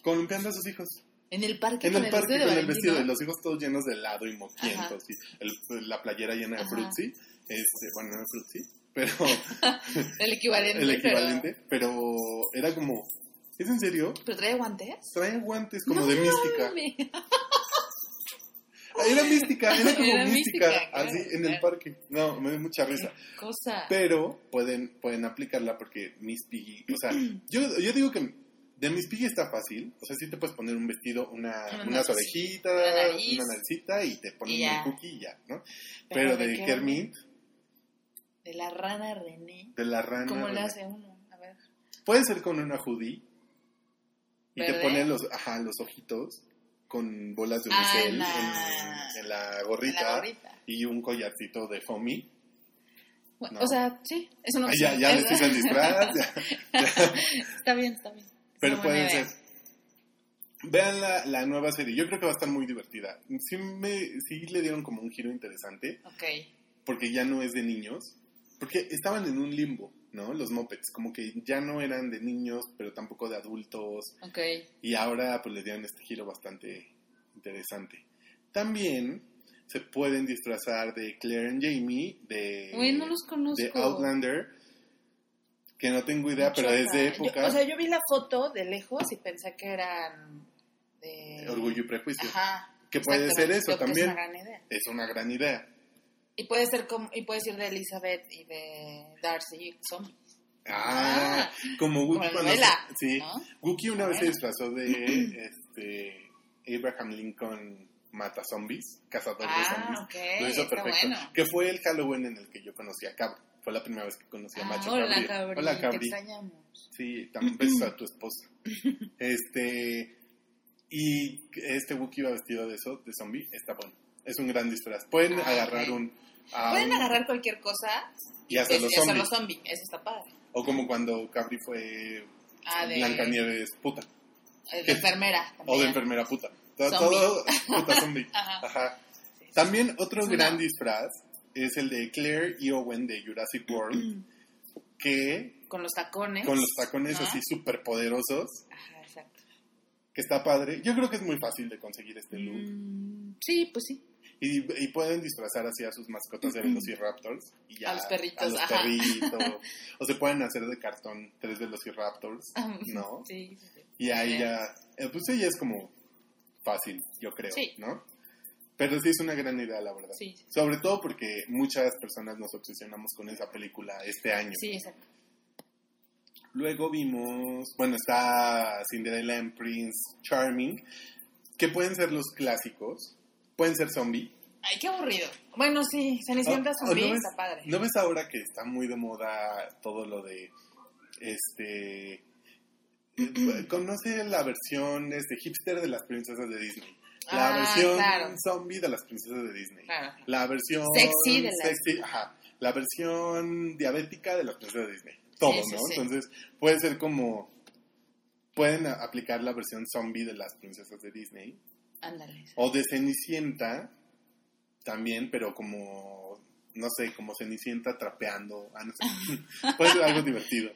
columpiando a sus hijos.
En el parque
En
con
el parque
vestido de
con el
Valentino.
vestido de los hijos todos llenos de helado y moquientos y el- la playera llena de
Ajá.
frutzi. Este, bueno, no de frutzi, pero
<laughs> El equivalente.
el
pero-
equivalente. Pero, era como, ¿es en serio?
¿Pero trae guantes?
Trae guantes como
No
de mística.
mames.
Ah, Era mística, era como
Era
mística,
mística, claro,
así en el
claro.
parque. No, me dio mucha risa.
Cosa.
Pero pueden, pueden aplicarla porque Miss Piggy, o sea, yo, yo digo que De mis pies está fácil. O sea, sí te puedes poner un vestido, una,
Una
unas
nariz,
orejitas,
una nariz.
una naricita y te ponen
Y ya.
el cookie y ya, ¿no? Pero, de
qué?
Kermit,
De la rana René.
de la rana.
¿Cómo
de
le
la-
hace uno? A ver.
Puede ser con una hoodie y
¿Verde?
te ponen los, ajá, los ojitos con bolas de
Ah,
unicel
en
en,
la-
en la
de La
gorrita
gorrita.
y un collarcito de foamy.
Bueno,
No.
O sea, sí, es una
Ah,
opción.
ya, ya
<laughs>
les
Es-
hice el disfraz, ya.
Está bien, está bien. Es
Pero
una buena
pueden
idea.
ser. Vean la, la nueva serie. Yo creo que va a estar muy divertida. Sí, me, sí le dieron como un giro interesante,
Ok.
porque ya no es de niños. Porque estaban en un limbo, ¿no? Los mopeds. Como que ya no eran de niños, pero tampoco de adultos.
Ok,
Y ahora pues le dieron este giro bastante interesante. También se pueden disfrazar de Claire and Jamie, de,
Güey, no los conozco.
Eh, de Outlander, que no tengo idea, pero es de
Yo-
época.
o sea, yo vi la foto de lejos y pensé que eran de...
Orgullo y prejuicio.
Ajá.
Que puede
exacto,
ser
creo
eso
que
también.
Es una gran idea.
Es una gran idea.
Y puede ser como, y puedes ir de Elizabeth y de Darcy Zombie,
Ah,
Ah,
como
como
Wookie.
la
cuando
novela,
se- sí.
¿no?
Wookie una vez se
Bueno.
disfrazó de este, Abraham Lincoln mata zombies, cazador de zombies.
Ah, ok,
Lo hizo
está
perfecto.
bueno.
Que fue el Halloween en el que yo conocí a Cabri. Fue la primera vez que conocí a
Ah,
Macho
hola,
Cabri.
Cabri.
Hola,
te
Cabri.
extrañamos.
Sí, también besos a tu
<laughs>
esposa. Este. Y este Wookiee va vestido de eso, de zombie. Está bueno. Es un gran disfraz. Pueden
Ah,
agarrar
ok.
un. a
Pueden
Ah, un-
agarrar cualquier cosa
Y hacer
es-
los
y hacerlo
zombies.
zombie. Eso está padre.
O como cuando Cabri fue
Ah, de,
Blancanieves puta.
eh, de enfermera.
O de
también.
enfermera Ah, puta. Todo,
Zombie.
todo- puta
<laughs>
zombie.
<clears throat> Ajá.
Ajá. También otro
Es una-
gran disfraz es el de Claire y Owen de Jurassic World, que
Con los tacones.
con los tacones
¿no?
así súper poderosos,
Ajá, exacto.
que está padre. Yo creo que es muy fácil de conseguir este look.
Mm, sí, pues sí. <laughs>
Y, y pueden disfrazar así a sus mascotas de Velociraptors. Y ya,
A los perritos,
a los
ajá.
perritos.
<laughs>
o se pueden hacer de cartón tres Velociraptors, ¿no?
Sí, sí, sí.
Y ahí
Ah, Bien.
ya, eh, pues ella es como fácil, yo creo,
Sí.
¿no? Pero sí es una gran idea, la verdad.
Sí, sí.
Sobre todo porque muchas personas nos obsesionamos con esa película este año.
Sí, exacto.
Luego vimos, bueno, está Cinderella and Prince Charming, que pueden ser los clásicos, pueden ser zombie.
Ay, qué aburrido. Bueno, sí, Cenicienta
Ah, ah,
zombie
¿no ves?
está padre.
¿No ves ahora que está muy de moda todo lo de, este,
<clears throat>
eh, conoce la versión este, hipster de las princesas de Disney? La
Ah,
versión
claro.
zombie de las princesas de Disney.
Claro, claro.
La versión
Sexy de las-
sexy, ajá. La versión diabética de las princesas de Disney. Todo,
Sí, sí,
¿no?
sí.
Entonces, puede ser como. Pueden a- aplicar la versión zombie de las princesas de Disney.
Ándale.
O de Cenicienta también, pero como. No sé, como Cenicienta trapeando. Ah, no
<laughs>
sé. puede ser algo divertido.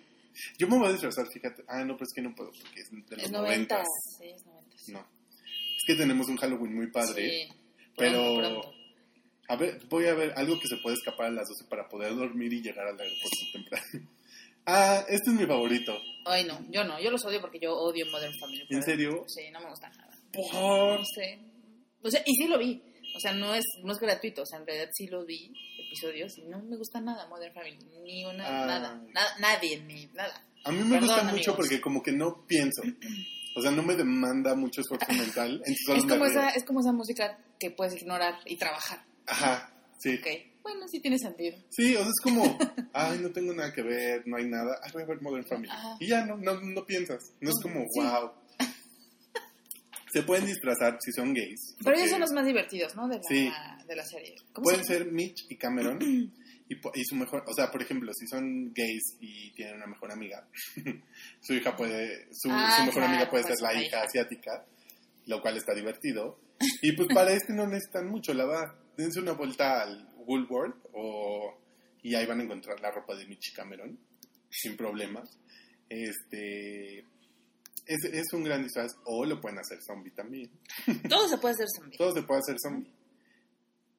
Yo me voy a disfrazar, fíjate. Ah, no, pero es que no puedo porque es de los
Es 90.
noventas.
Sí, es 90.
No. Es que tenemos un Halloween muy padre.
Sí.
Pero-
Pronto, pronto.
A ver, voy a ver algo que se puede escapar a las 12 para poder dormir y llegar al aeropuerto temprano. <laughs> Ah, este es mi favorito.
Ay, no, yo no, yo los odio porque yo odio Modern Family.
¿En
pero-
serio?
Sí, no me gusta nada.
Por...
No sé. O sea, y sí lo vi. O sea, no es, no es gratuito. O sea, en realidad sí lo vi, episodios, y no me gusta nada Modern Family. Ni una,
Ah.
nada. Na- nadie, ni nada.
A mí me gusta
Perdón,
mucho
amigos.
porque como que no
<clears throat>
pienso. O sea, no me demanda mucho
<laughs>
esfuerzo mental. Entonces solo
Es
me
como,
río.
esa, es como esa música que puedes ignorar y trabajar.
Ajá, sí.
Ok. Bueno, sí tiene sentido.
Sí, o sea, es
<laughs>
como, ay, no tengo nada que ver, no hay nada. Ay, voy a ver Modern Family.
Ajá.
Y ya no, no, no piensas. No es como,
Sí. <laughs>
wow. Se pueden disfrazar si son gays.
Pero ellos
porque-
son los más divertidos, ¿no? De la,
Sí.
de la serie.
Pueden
se llama?
ser Mitch y Cameron. Y, po- y su mejor, o sea, por ejemplo, si son gays y tienen una mejor amiga, <laughs> su hija puede, su,
Ah,
su mejor
claro,
amiga puede
pues,
ser la
la
hija
hija.
asiática, lo cual está
<laughs>
divertido. Y pues para este no necesitan mucho, la verdad. Dense una vuelta al Woolworth o, y ahí van a encontrar la ropa de Mitch y Cameron, sin problemas. Este, es, es un gran disfraz, o lo pueden hacer zombie también.
Todo se puede hacer zombie.
Todo se puede hacer zombie.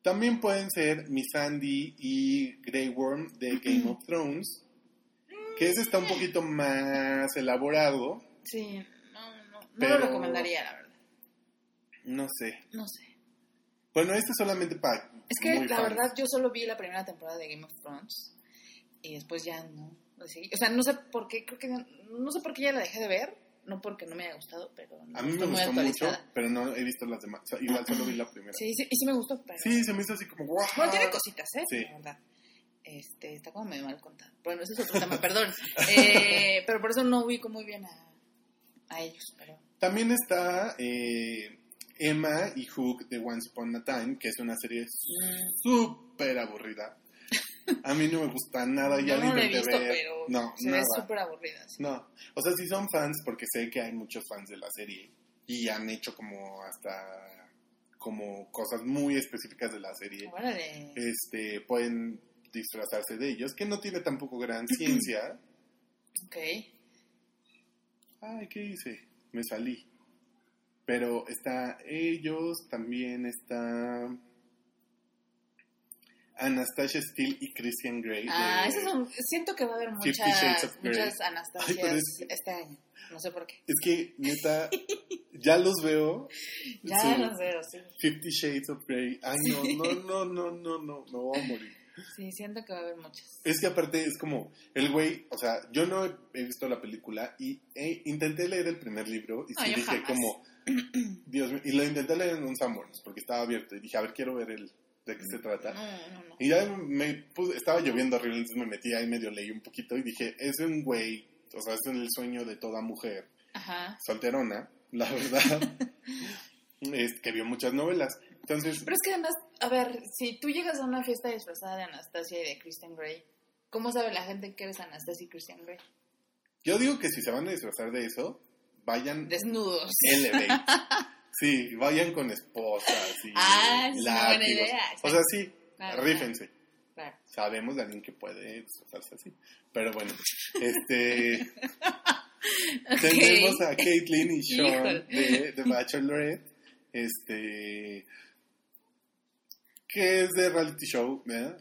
También pueden ser Miss Sandy y Grey Worm de Game of Thrones, que ese está un poquito más elaborado.
Sí, no, no, no
Pero-
lo recomendaría, la verdad.
No sé.
No sé.
Bueno, este es solamente para.
Es que
muy
la
fans.
verdad yo solo vi la primera temporada de Game of Thrones y después ya no. la seguí. O sea, no sé por qué, creo que no sé por qué ya la dejé de ver. No porque no me haya gustado, pero no
A mí me
estoy muy
gustó mucho,
actualizada.
pero no he visto las demás. O sea, igual solo vi la primera. Sí,
Sí, sí, y sí me gustó, pero...
se me hizo así como wow.
Bueno, tiene cositas, ¿eh?
Sí.
La verdad. Este, está como medio mal contada. Bueno, ese es otro tema, perdón. Eh, pero por eso no ubico muy bien a, a ellos, pero...
También está eh, Emma y Hook de Once Upon a Time, que es una serie
mm,
súper aburrida. A mí no me gusta nada, ya
no,
la
no lo he
intenté
visto,
ver.
pero
no,
se
nada.
ve súper aburrida. sí.
No, o sea, sí son fans porque sé que hay muchos fans de la serie y han hecho como hasta como cosas muy específicas de la serie.
Órale.
Este, pueden disfrazarse de ellos, que no tiene tampoco gran ciencia.
Ok.
Ay, ¿qué hice? Me salí. Pero está ellos, también está Anastasia Steele y Christian Grey.
Ah,
de-
esos son... Siento que va a haber
Fifty Shades
muchas,
of Grey.
muchas
Ay, pero
Anastasias
es-
este año. No sé por qué.
Es que, neta, ya los veo.
Ya
Sí.
no sé, sí.
Fifty Shades of Grey. Ay, no, no, no, no, no, no, me voy a morir.
Sí, siento que va a haber muchas.
Es que aparte es como, el güey, o sea, yo no he visto la película y eh, intenté leer el primer libro y
No,
sí
yo
dije
jamás.
como, <clears throat> Dios mío, y lo intenté leer en un Sanborns porque estaba abierto y dije, a ver, quiero ver el, de qué se
No,
trata.
no, no.
Y ya me puse- estaba lloviendo horrible, entonces me metí ahí medio leí un poquito y dije, es un güey, o sea, es el sueño de toda mujer
Ajá.
solterona, la
<laughs>
verdad, es que vio muchas novelas. Entonces,
Pero es que además, a ver, si tú llegas a una fiesta disfrazada de Anastasia y de Christian Grey, ¿cómo sabe la gente que eres Anastasia y Christian Grey?
yo digo que si se van a disfrazar de eso, vayan
Desnudos. <laughs>
elevate. Sí, vayan con esposas y
Ah, es una buena
látigos.
idea.
O sea, sí,
Claro,
rífense.
Claro.
Sabemos de alguien que puede disfrazarse así. Pero bueno, este
<laughs> Ok.
tenemos a Caitlyn y Sean
Híjole.
de The Bachelorette. Este que es de reality show, ¿verdad?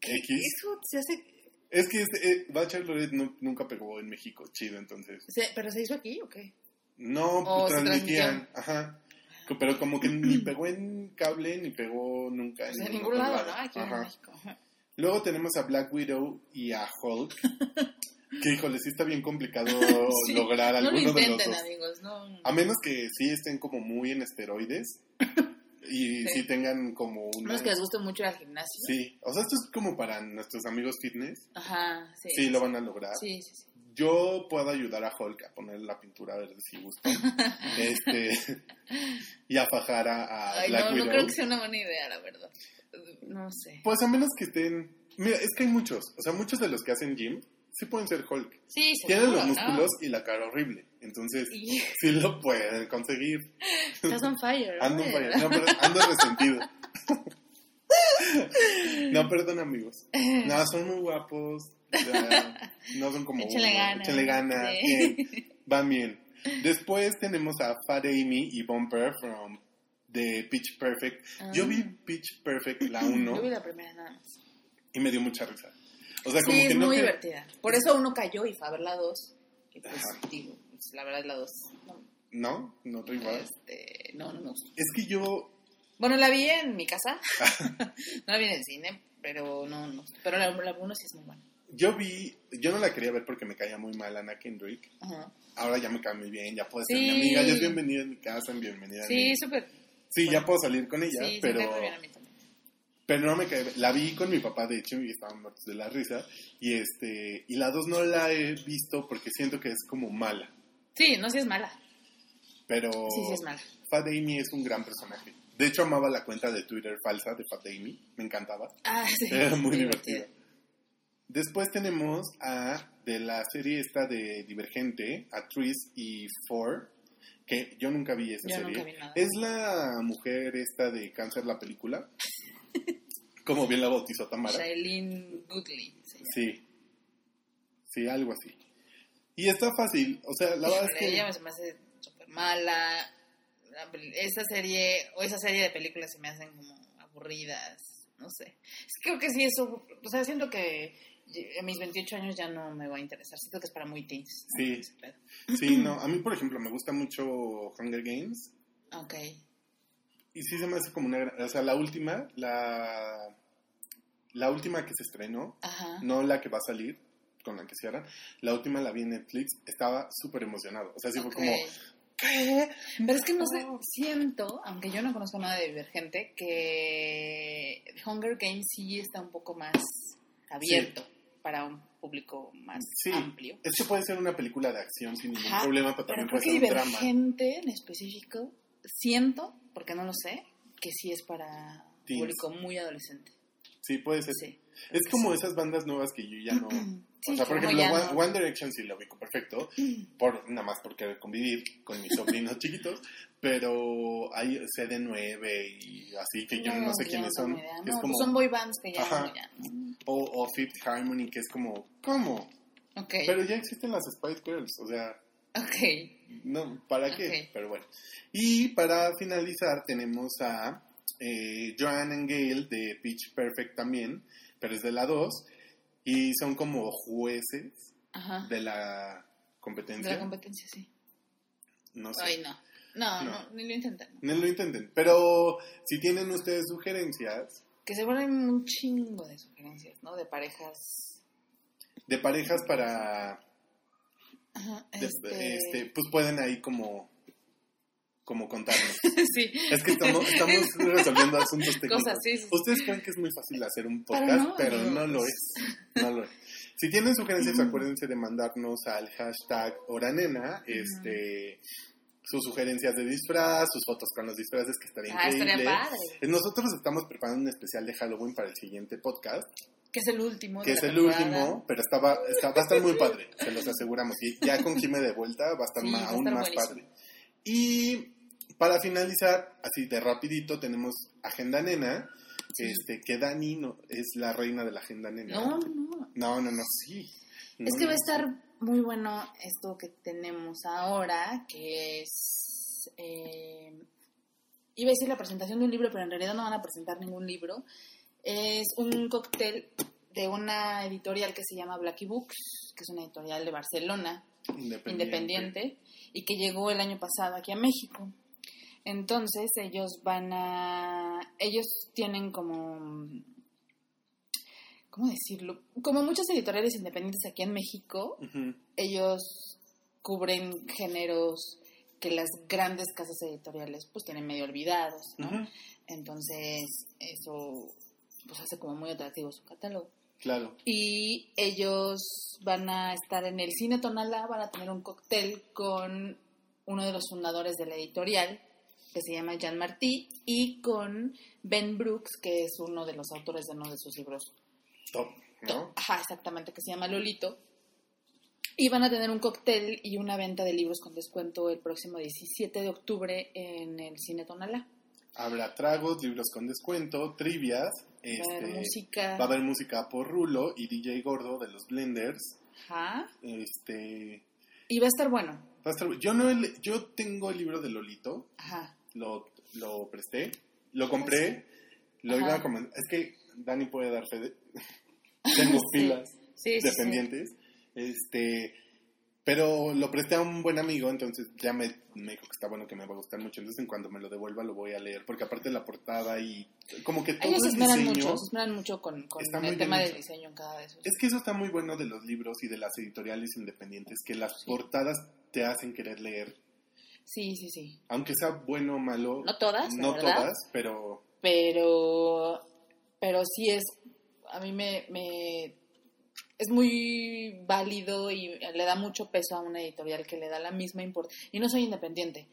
¿Qué-
X.
Eso se hace...
Es que este, eh, Bachelorette nu- nunca pegó en México, chido, entonces.
se- ¿Pero se hizo aquí o qué?
No,
O
pues,
se
transmitían, ajá. Co- Pero como que
<clears throat>
ni pegó en cable, ni pegó nunca
O
en
sea, Pues en
ningún
ningún lado,
lado.
¿no? Aquí
Ajá.
en México.
Luego tenemos a Black Widow y a
<laughs>
Hulk. que, híjole, sí está bien complicado
Sí,
lograr
No lo
alguno de los
intenten,
dos. Ah,
amigos. No, no
A menos que sí estén como muy en
<laughs>
esteroides. Y
Sí.
sí, tengan como una...
es que les guste mucho ir al gimnasio.
Sí, o sea, esto es como para nuestros amigos fitness.
Ajá, sí.
Sí, lo van a lograr.
Sí, sí, sí.
Yo puedo ayudar a Hulk a poner la pintura verde si
<laughs>
gusta. este, y a fajar a, a
Ay,
Black
no,
Widow.
no creo que sea una buena idea, la verdad. No sé.
Pues a menos que estén. Mira, es que hay muchos. O sea, muchos de los que hacen gym sí pueden ser Hulk.
Sí,
Tienen los
seguro, ¿no?
músculos y la cara horrible.
<laughs>
Entonces, <laughs>
Y
sí lo pueden conseguir.
estás on fire.
Ando,
oye.
vaya- no, pero ando resentido. no, perdón, amigos. No, son muy guapos. o sea, no son como
Échale
uno,
ganas.
échale ganas,
Sí.
bien, Van bien. Después tenemos a Fat Amy y Bumper from de Pitch Perfect. Yo
Ah.
vi Pitch Perfect la
Yo vi
1
la primera nada más.
y me dio mucha risa. O sea, como
sí,
que
es
no
muy
que-
divertida. Por eso uno cayó y fue a ver la 2. Y pues,
Ajá.
digo, pues, la verdad, la 2. No,
No, no te igual.
este, no, no me gustó.
Es que yo
Bueno, la vi en
<laughs>
mi casa. <laughs> no la vi en el cine, pero no, no. Pero la 1 sí es muy buena.
yo vi, yo no la quería ver porque me caía muy mal Ana Kendrick.
Ajá.
Ahora ya me cae muy bien, ya puedo ser mi
Sí.
amiga, ya es bienvenida en mi casa, bienvenida. en
Sí,
mi-
súper.
sí, ya puedo salir con ella,
sí,
pero
se me cae muy bien a mí también.
Pero no me cae. La vi con mi papá, de hecho, y estábamos muertos de la risa. Y este y la dos no la he visto porque siento que es como mala.
Sí, no, sí es mala.
Pero
Sí, sí es mala.
Fat Amy es un gran personaje. De hecho, amaba la cuenta de Twitter falsa de Fat Amy. Me encantaba.
Ah, sí. <laughs>
Era muy
divertida.
divertida. Después tenemos a, de la serie esta de Divergente, a Tris y Four, que yo nunca vi esa
Yo
serie.
nunca vi nada.
Es la mujer esta de Cáncer, la
<laughs>
película. como bien la bautizó Tamara.
Shailene Goodley. se llama.
Sí. Sí, algo así. Y está fácil. O sea, la verdad es
Híjole, Ella
que.
me se me hace súper mala. La pel- Esa serie, o esa serie de películas se me hacen como aburridas. No sé. Es que Creo que sí, eso. O sea, siento que a mis 28 años ya no me va a interesar. Siento que es para muy teens. ¿no?
Sí.
Ese pedo.
Sí, no. A mí, por ejemplo, me gusta mucho Hunger Games.
Ok.
Y sí se me hace como una. gran- O sea, la última, la. La última que se estrenó,
Ajá.
no la que va a salir. con la que cierran. La última la vi en Netflix, estaba súper emocionado. O sea, sí fue
Ok.
como, ¿qué? Oh.
Pero es que no sé,
No.
siento, aunque yo no conozco nada de Divergente, que Hunger Games sí está un poco más abierto para un público más
Sí.
amplio.
Es que puede ser una película de acción sin ningún
Ajá,
problema, pero
Pero
también
creo
puede
que
ser un drama.
Divergente en específico, siento, porque no lo sé, que sí es para
Teens.
público muy adolescente.
Sí, puede ser.
Sí.
es como esas bandas nuevas que yo ya no...
<clears throat> Sí,
o sea, por
como
ejemplo,
ya
One,
no.
One Direction sí lo ubico
<clears throat>
perfecto, por, nada más por querer convivir con mis sobrinos <laughs> chiquitos, pero hay CD9 y así que yo no, sé
ya
quiénes
no
son.
tengo idea.
que es
No, pues
como,
son boy bands que ya,
Ajá.
ya.
o, o Fifth Harmony, que es como, ¿cómo?
Ok,
Pero ya existen las Spice Girls, o sea,
ok.
no, ¿para qué?
Ok.
Pero bueno. Y para finalizar tenemos a eh, Joanne and Gale de Pitch Perfect también, pero es de la 2, y son como jueces
Ajá.
de la
De
competencia.
la competencia, sí.
no sé.
Ay, no. No,
No.
no, ni lo intentan.
No lo intenten. Pero si tienen ustedes sugerencias
Que se ponen un chingo de sugerencias, ¿no? De parejas.
de parejas para...
Ajá,
de- este, <laughs> pues pueden ahí como, como contarnos.
sí.
es que estamos,
<laughs>
estamos resolviendo asuntos técnicos.
Cosas, sí, sí, sí.
Ustedes creen que es muy fácil hacer un
Pero
podcast,
no,
pero
amigos.
no lo es. No lo es. Si tienen sugerencias, acuérdense de mandarnos al hashtag Oranena, este, sus sugerencias de disfraz, sus fotos con los disfraces, que estaría
Ah, estaría
increíble.
padre.
Nosotros estamos preparando un especial de Halloween para el siguiente podcast,
Que es el último. de
que
la
es el
temporada.
último, pero está,
<laughs>
va, está- va a estar muy padre, se los aseguramos. Y ya con Jime de vuelta va a estar
Sí,
ma-
va a
aún
estar
más
buenísimo.
padre. Y para finalizar, así de rapidito, tenemos Agenda Nena,
Sí.
este, que Dani no, es la reina de la Agenda Nena.
No, no.
no, no, no, sí.
es
No,
que va
no,
a estar muy bueno esto que tenemos ahora, que es. eh, iba a decir la presentación de un libro, pero en realidad no van a presentar ningún libro. Es un cóctel de una editorial que se llama Blackie Books, que es una editorial de Barcelona, independiente y que llegó el año pasado aquí a México. Entonces ellos van a, ellos tienen como, ¿cómo decirlo? Como muchas editoriales independientes aquí en México,
Ujú.
ellos cubren géneros que las grandes casas editoriales pues tienen medio olvidados, ¿no?
Ujú,
Entonces eso pues hace como muy atractivo su catálogo.
Claro.
Y ellos van a estar en el Cine Tonalá, van a tener un cóctel con uno de los fundadores de la editorial, que se llama Jean Martí, y con Ben Brooks, que es uno de los autores de uno de sus libros.
Top, ¿no?
Ajá, exactamente, que se llama Lolito. Y van a tener un cóctel y una venta de libros con descuento el próximo 17 de octubre en el Cine Tonalá.
Habrá tragos, libros con descuento, trivias.
va a haber
este,
música.
Va a haber música por Rulo y DJ Gordo de los Blenders.
Ajá.
Este,
Y va a estar bueno.
va a estar- yo no he le- yo tengo el libro de Lolito,
Ajá.
lo, lo presté, lo compré, lo
Ajá.
iba a comen- Es que Dani puede dar fe de-
<laughs>
tengo
Sí.
pilas
Sí, sí, sí.
dependientes. Este, pero lo presté a un buen amigo, entonces ya me, me dijo que está bueno, que me va a gustar mucho. Entonces, en cuanto me lo devuelva, lo voy a leer, porque aparte la portada y como que todo
Ellos se
el
esmeran
diseño.
mucho, se esmeran mucho con, con
Está muy
el tema
bien
del
hecho.
diseño en cada de esos.
Es que eso está muy bueno de los libros y de las editoriales independientes, que las
Sí.
portadas te hacen querer leer,
Sí, sí, sí.
aunque sea bueno o malo.
No todas, la
no
verdad,
todas, pero
pero pero sí es a mí me, me es muy válido y le da mucho peso a una editorial que le da la misma importancia. Y no soy independiente.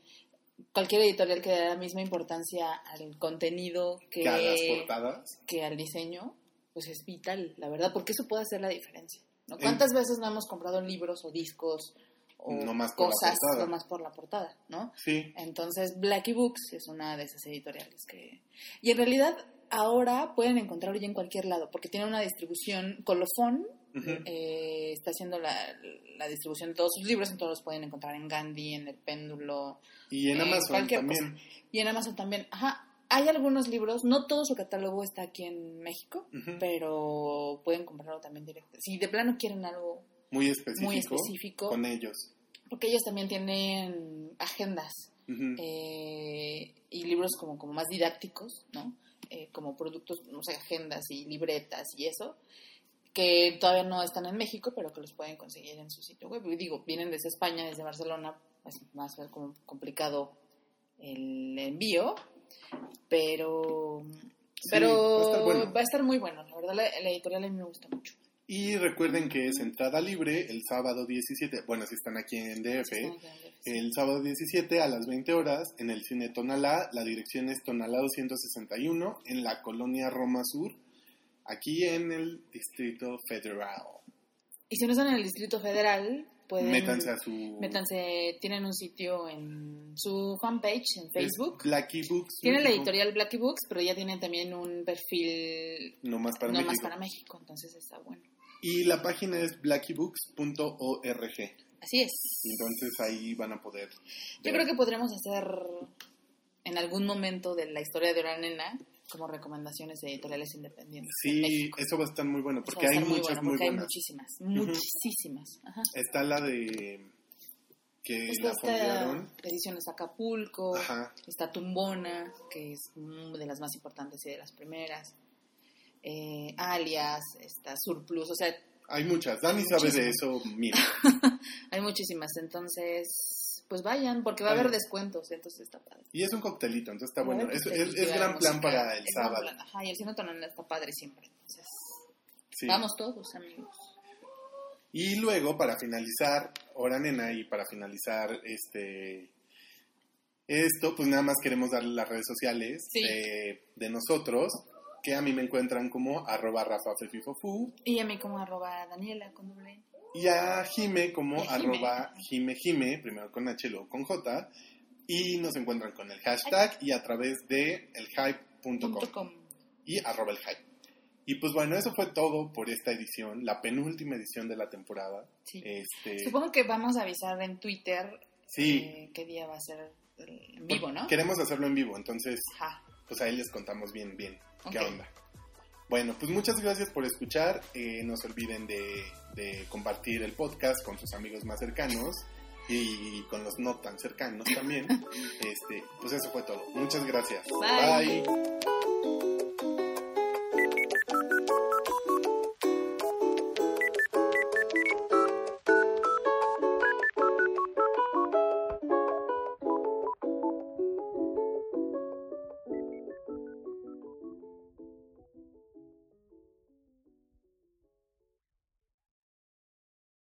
Cualquier editorial que le da la misma importancia al contenido que,
que a las portadas.
que al diseño, pues es vital, la verdad, porque eso puede hacer la diferencia. ¿no?
En-
¿Cuántas veces no hemos comprado libros o discos o
Nomás por la
cosas
portada.
nomás por la portada, ¿no?
Sí,
Entonces, Blackie Books es una de esas editoriales que... Y en realidad ahora pueden encontrarlo ya en cualquier lado, porque tiene una distribución, Colofón
ujú,
eh, está haciendo la, la distribución de todos sus libros, entonces los pueden encontrar en Gandhi, en El Péndulo,
y en
eh,
Amazon
cualquier
también.
y en Amazon también. Ajá, hay algunos libros, no todo su catálogo está aquí en México,
Ujú.
pero pueden comprarlo también directo. Si de plano quieren algo
Muy específico.
muy específico,
Con ellos.
porque ellos también tienen agendas
Ujú.
eh, y libros como, como más didácticos, ¿no? Eh, como productos, no sé, agendas y libretas y eso, que todavía no están en México, pero que los pueden conseguir en su sitio web. Y digo, vienen desde España, desde Barcelona, es más como complicado el envío, pero,
Sí,
pero
va a estar bueno.
va a estar muy bueno. La verdad, la, la editorial a mí me gusta mucho.
Y recuerden que es entrada libre el sábado 17, bueno, si están aquí en DF,
Están quedando-
el sábado 17 a las 20 horas en el cine Tonalá, la dirección es Tonalá 261 en la colonia Roma Sur, aquí en el Distrito Federal.
Y si no están en el Distrito Federal, pueden...
Métanse a su...
métanse, tienen un sitio en su fanpage, en
es
Facebook.
Blackie Books.
Tienen la
México.
editorial Blacky Books, pero ya tienen también un perfil
No más para
no más
México.
para México, entonces está bueno.
Y la página es blackiebooks.org.
Así es.
Entonces ahí van a poder.
Yo
ver.
creo que podremos hacer en algún momento de la historia de una nena como recomendaciones de editoriales independientes. en
Sí,
México.
eso va a estar muy bueno,
Eso
porque
va a
hay
estar muy
muchas
bueno,
muy
porque hay
buenas.
muchísimas, muchísimas. Ajá.
Está la de que
Pues Está
la fondearon.
esta Ediciones Acapulco,
Ajá.
está Tumbona, que es una de las más importantes y de las primeras. Eh, alias, está Surplus, o sea,
Hay muchas. Dani sabe de
Muchísimas.
eso, mira.
hay muchísimas. Entonces, pues vayan, porque va a
Ay.
haber descuentos, entonces está padre. pues,
Y es un coctelito, entonces está
Va a
bueno.
haber
Es, es-
coctelito,
es
va a
gran
haber
plan
música,
para el
es gran
sábado.
plan, Ajá, y el cine tonalá está padre siempre. Entonces,
Sí.
vamos todos, amigos.
Y luego, para finalizar, hora nena, y para finalizar este esto, pues nada más queremos darle las redes sociales
Sí.
de, de nosotros, que a mí me encuentran como arroba Rafa Fefifofu,
Y a mí como arroba Daniela con doble N.
y a Jime como
Y a Jime.
arroba Jime Jime, primero con H, luego con J, y nos encuentran con el hashtag y a través de elhype.com
punto com.
y arroba elhype. Y pues bueno, eso fue todo por esta edición, la penúltima edición de la temporada.
Sí.
Este,
Supongo que vamos a avisar en Twitter
sí,
eh, qué día va a ser el- en vivo, ¿no?
Queremos hacerlo en vivo, entonces
Ajá.
pues ahí les contamos bien, bien qué
Ok.
onda. Bueno, pues muchas gracias por escuchar. Eh, no se olviden de, de compartir el podcast con sus amigos más cercanos y con los
<laughs>
no tan cercanos también. este, pues eso fue todo. Muchas gracias.
Bye.
Bye.